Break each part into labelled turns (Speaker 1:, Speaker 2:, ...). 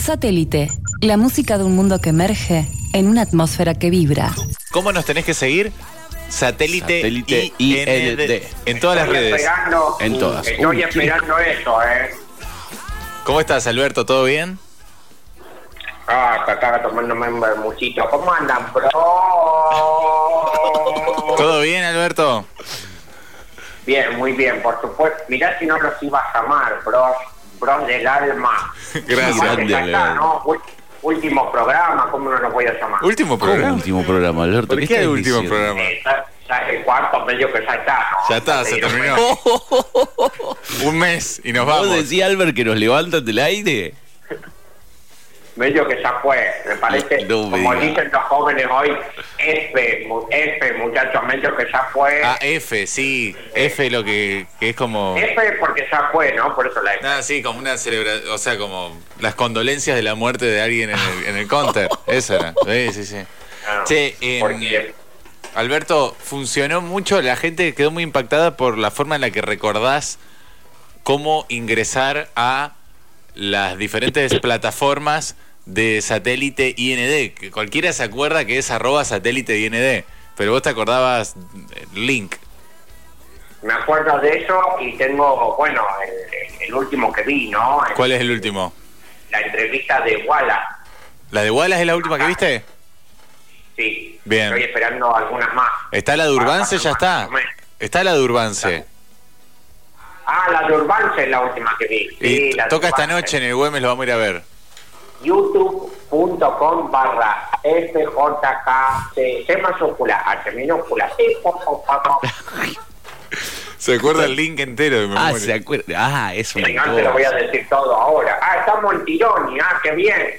Speaker 1: Satélite, la música de un mundo que emerge en una atmósfera que vibra.
Speaker 2: ¿Cómo nos tenés que seguir? Satélite,
Speaker 3: Satélite
Speaker 2: IND.
Speaker 3: IND.
Speaker 2: En todas las
Speaker 4: Estoy
Speaker 2: redes.
Speaker 4: esperando-
Speaker 3: En todas.
Speaker 4: Estoy
Speaker 3: Uy.
Speaker 4: esperando eso, ¿eh?
Speaker 2: ¿Cómo estás, Alberto? ¿Todo bien?
Speaker 4: Ah, hasta estaba tomándome un bermucito. ¿Cómo andan, bro?
Speaker 2: ¿Todo bien, Alberto?
Speaker 4: Bien, muy bien, por supuesto. Mirá si no los ibas a amar, bro. Bro del alma.
Speaker 2: Gracias.
Speaker 4: Aparte, ya
Speaker 3: Grande,
Speaker 4: está,
Speaker 3: Leo.
Speaker 4: ¿no? Ul- Último programa, ¿cómo no los voy a llamar?
Speaker 2: Último
Speaker 3: ¿Cómo
Speaker 2: programa.
Speaker 3: último programa, Alberto?
Speaker 2: ¿Por qué
Speaker 3: estás
Speaker 2: el último
Speaker 3: diciendo?
Speaker 2: programa?
Speaker 4: Eh, ya- ya es el cuarto medio que ya está, ¿no?
Speaker 2: Ya está, se
Speaker 4: Pero-
Speaker 2: terminó. Un mes y nos
Speaker 3: ¿Vos
Speaker 2: vamos.
Speaker 3: decís, Albert, que nos levantan del aire?
Speaker 4: Medio que ya fue, me parece,
Speaker 3: No me
Speaker 4: como
Speaker 3: digas.
Speaker 4: dicen los jóvenes hoy, F, mu- F, muchachos, medio que ya fue.
Speaker 2: Ah, F, sí. F lo que, que es como...
Speaker 4: F porque ya fue, ¿no? Por eso la F.
Speaker 2: Nada, sí, como una celebración, o sea, como las condolencias de la muerte de alguien en el, en el counter. Eso era. Sí, sí, sí.
Speaker 4: Ah,
Speaker 2: Che, em,
Speaker 4: porque-
Speaker 2: Alberto, funcionó mucho, la gente quedó muy impactada por la forma en la que recordás cómo ingresar a las diferentes plataformas de satélite IND. Que cualquiera se acuerda que es arroba satélite IND, pero vos te acordabas eh, link.
Speaker 4: me acuerdo de eso y tengo, bueno, el, el último que vi, ¿no? El-
Speaker 2: ¿Cuál es el último?
Speaker 4: La entrevista de Walla.
Speaker 2: ¿La de Wallace es la última que viste?
Speaker 4: Sí.
Speaker 2: Bien. Eh.
Speaker 4: Estoy esperando algunas más.
Speaker 2: ¿Está la de Urbance? Ya está. Está la de Urbance.
Speaker 4: Ah, la de Urbance es la última que vi.
Speaker 2: Y
Speaker 4: Sí, la de
Speaker 2: toca esta
Speaker 4: Urbance.
Speaker 2: noche en el Güemes, lo vamos a ir a ver.
Speaker 4: youtube.com barra FJKC, C mayúscula, H minúscula, sí, po, po, po, po.
Speaker 2: Se acuerda el link entero de
Speaker 3: Ah,
Speaker 2: memoria.
Speaker 3: se acuerda. Ah, es un
Speaker 4: Si no te Este lo voy a decir todo ahora. Ah, estamos en Tironi, ah, qué bien.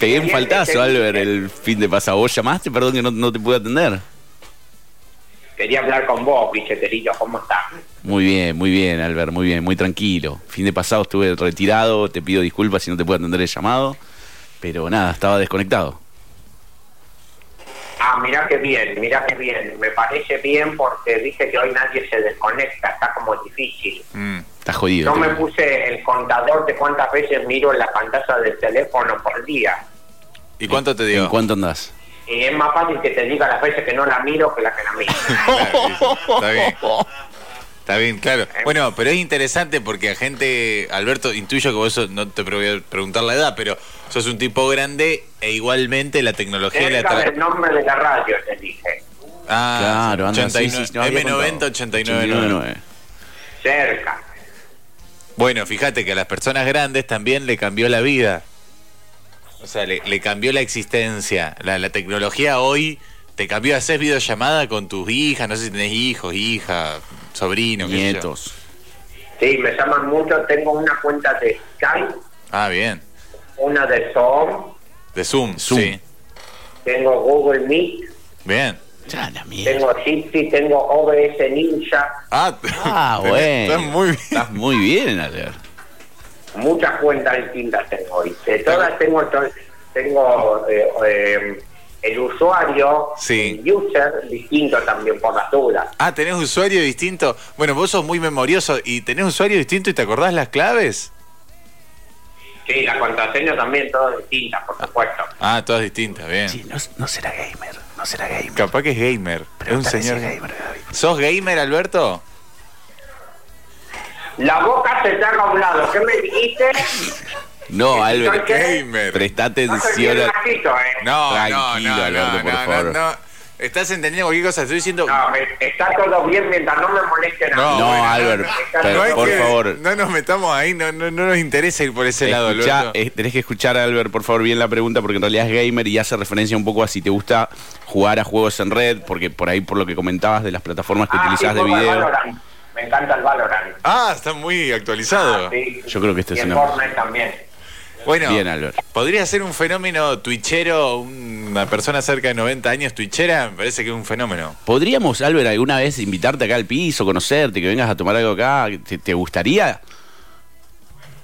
Speaker 3: Pegué un
Speaker 4: Este
Speaker 3: faltazo, Albert, el fin de pasado. ¿Vos llamaste? Perdón que no, no te pude atender.
Speaker 4: Quería hablar con vos, billeterito, ¿cómo estás?
Speaker 3: Muy bien, muy bien, Albert, muy bien, muy tranquilo. Fin de pasado estuve retirado, te pido disculpas si no te pude atender el llamado, pero nada, estaba desconectado.
Speaker 4: Ah, mirá qué bien, mirá qué bien. Me parece bien porque dice que hoy nadie se desconecta, está como difícil.
Speaker 2: Mm.
Speaker 3: Está jodido.
Speaker 4: No
Speaker 3: el
Speaker 4: me
Speaker 3: tema.
Speaker 4: puse el contador de cuántas veces miro la pantalla del teléfono por día.
Speaker 2: ¿Y cuánto te dio?
Speaker 3: ¿En cuánto andás?
Speaker 4: Y es más fácil que te diga las veces que no la miro que las que la miro.
Speaker 2: Claro, Está bien. Está bien, claro. Bueno, pero es interesante porque a gente, Alberto, intuyo que vos sos- no te voy a preguntar la edad, pero sos un tipo grande e igualmente la tecnología le
Speaker 4: Cerca
Speaker 2: atrae.
Speaker 4: del nombre de la radio, te dije.
Speaker 2: Ah,
Speaker 3: claro, anda, sí,
Speaker 2: 89,
Speaker 3: sí, no había
Speaker 2: M90,
Speaker 3: contado.
Speaker 2: 89.
Speaker 3: 89.
Speaker 4: Cerca.
Speaker 3: eh.
Speaker 2: Bueno, fíjate que a las personas grandes también le cambió la vida. O sea, le, le cambió la existencia. La, la tecnología hoy te cambió. Haces videollamada con tus hijas, no sé si tenés hijos, hija, sobrino, qué sé yo.
Speaker 3: Nietos.
Speaker 4: Sí, me llaman mucho. Tengo una cuenta de Skype,
Speaker 2: Ah, bien.
Speaker 4: una de Zoom,
Speaker 2: De Zoom,
Speaker 3: Zoom.
Speaker 2: sí.
Speaker 4: tengo Google Meet,
Speaker 2: Bien.
Speaker 3: Ya, la mierda.
Speaker 4: tengo Jitsi, tengo OBS Ninja,
Speaker 2: Ah,
Speaker 3: Ah,
Speaker 2: tenés-
Speaker 3: bueno.
Speaker 2: Estás muy bien.
Speaker 3: Estás muy bien, Albert.
Speaker 4: muchas cuentas distintas tengo. Y de todas tengo, to- tengo eh, eh, el usuario,
Speaker 2: Sí.
Speaker 4: el user distinto también por las dudas.
Speaker 2: Ah, tenés usuario distinto. Bueno, vos sos muy memorioso y tenés usuario distinto y te acordás las claves.
Speaker 4: Sí, las contraseñas también todas distintas, por supuesto.
Speaker 2: Ah, todas distintas, bien.
Speaker 5: Sí, no, no será gamer, no será gamer.
Speaker 2: Capaz que es gamer. es un
Speaker 5: Pregúntale si
Speaker 2: señor
Speaker 5: es
Speaker 2: gamer.
Speaker 5: gamer, Gaby.
Speaker 2: ¿Sos gamer, Alberto?
Speaker 4: La boca se te ha doblado. ¿Qué me dijiste? Este
Speaker 3: No, Albert.
Speaker 4: ¿Qué?
Speaker 3: Presta
Speaker 4: No soy bien
Speaker 3: atención a...
Speaker 4: bajito, ¿eh?
Speaker 2: No, no,
Speaker 3: Tranquilo,
Speaker 2: no,
Speaker 3: Alberto,
Speaker 2: no,
Speaker 3: por
Speaker 2: no,
Speaker 3: favor.
Speaker 2: no, no. Estás entendiendo cualquier cosa, estoy diciendo.
Speaker 4: No, me- está todo bien mientras no me molesten a
Speaker 2: No,
Speaker 4: mí.
Speaker 3: No,
Speaker 2: bueno,
Speaker 3: Albert,
Speaker 4: no,
Speaker 3: per-
Speaker 4: no hay
Speaker 2: es
Speaker 3: por
Speaker 2: que
Speaker 3: favor.
Speaker 2: No nos metamos ahí, no, no, no nos interesa ir por ese lado,
Speaker 3: Escuchá,
Speaker 2: Alberto.
Speaker 3: eh, tenés que escuchar, Albert, por favor, bien la pregunta, porque en realidad es gamer y hace referencia un poco a si te gusta jugar a juegos en red, porque por ahí, por lo que comentabas de las plataformas que
Speaker 4: Ah,
Speaker 3: utilizás
Speaker 4: sí,
Speaker 3: de
Speaker 4: juego al
Speaker 3: video.
Speaker 4: Valorant. Me encanta el Valorant.
Speaker 2: Ah, está muy actualizado.
Speaker 4: Sí.
Speaker 3: Yo creo que este
Speaker 4: y
Speaker 3: es
Speaker 4: el
Speaker 3: una-
Speaker 4: Fortnite también.
Speaker 2: Bueno,
Speaker 3: Bien, Albert.
Speaker 2: podría ser un fenómeno twitchero, una persona cerca de 90 años twitchera, me parece que es un fenómeno.
Speaker 3: ¿Podríamos, Albert, alguna vez invitarte acá al piso, conocerte, que vengas a tomar algo acá? ¿Te, te gustaría?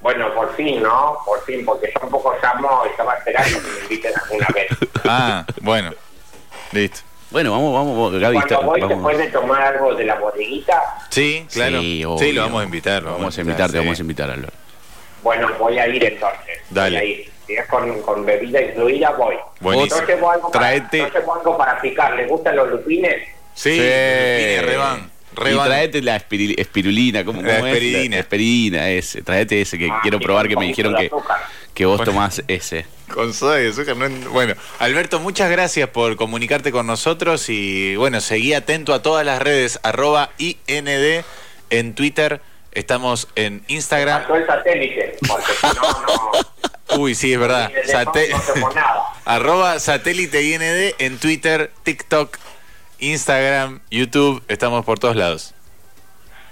Speaker 4: Bueno, por fin, ¿no? Por fin, porque yo un poco llamo y estaba esperando que me inviten alguna vez.
Speaker 2: Ah, bueno. Listo.
Speaker 3: Bueno, vamos, vamos, Gaby. está-
Speaker 4: Cuando voy
Speaker 3: vamos.
Speaker 4: después de tomar algo de la bodeguita,
Speaker 2: Sí, claro. Sí,
Speaker 3: obvio.
Speaker 2: lo vamos a invitar. lo
Speaker 3: Vamos a invitarte,
Speaker 2: sí.
Speaker 3: vamos a invitar, Albert.
Speaker 4: bueno, voy a ir entonces. Voy
Speaker 2: Dale.
Speaker 4: a ir. si es con, con bebida incluida, voy.
Speaker 2: Buenísimo.
Speaker 4: Yo llevo algo para,
Speaker 2: Traete-
Speaker 4: yo llevo algo para picar. ¿Les gustan los lupines?
Speaker 2: Sí,
Speaker 3: Sí.
Speaker 2: Vine, Revan.
Speaker 3: Y
Speaker 2: Revan.
Speaker 3: traete la espiri- espirulina, ¿cómo,
Speaker 2: La
Speaker 3: cómo es?
Speaker 2: esperina.
Speaker 3: La esperina, ese. Traete ese que
Speaker 4: Ah,
Speaker 3: quiero
Speaker 4: sí,
Speaker 3: probar
Speaker 4: con
Speaker 3: que
Speaker 4: un
Speaker 3: me
Speaker 4: poquito
Speaker 3: dijeron
Speaker 4: de
Speaker 3: que,
Speaker 4: azúcar.
Speaker 3: que vos
Speaker 2: Bueno.
Speaker 3: tomás ese.
Speaker 2: Con soda y azúcar, no en- Bueno, Alberto, muchas gracias por comunicarte con nosotros y bueno, seguí atento a todas las redes, arroba IND en Twitter, estamos en Instagram.
Speaker 4: Pasó el satélite, porque si no, no.
Speaker 2: Uy, sí, es verdad.
Speaker 4: ni de
Speaker 2: Sate-
Speaker 4: teléfono no hacemos nada.
Speaker 2: arroba satélite IND en Twitter, TikTok, Instagram, YouTube, estamos por todos lados.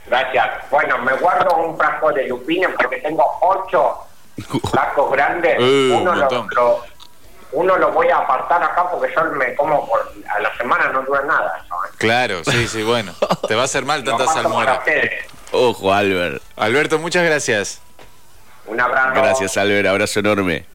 Speaker 4: Gracias. Bueno, me guardo un frasco de lupines porque tengo ocho frascos grandes.
Speaker 2: Eh, un
Speaker 4: uno, lo,
Speaker 2: montón.
Speaker 4: lo- uno lo voy a apartar acá porque yo me como por, a la semana, no dura nada. eso, ¿eh?
Speaker 2: Claro, sí, sí, bueno. Te va a hacer mal
Speaker 4: Lo
Speaker 2: tanta
Speaker 4: aparto para
Speaker 2: salmuera.
Speaker 4: ustedes.
Speaker 3: Ojo, Albert.
Speaker 2: Alberto, muchas gracias.
Speaker 4: Un abrazo.
Speaker 3: Gracias, Albert. Abrazo enorme.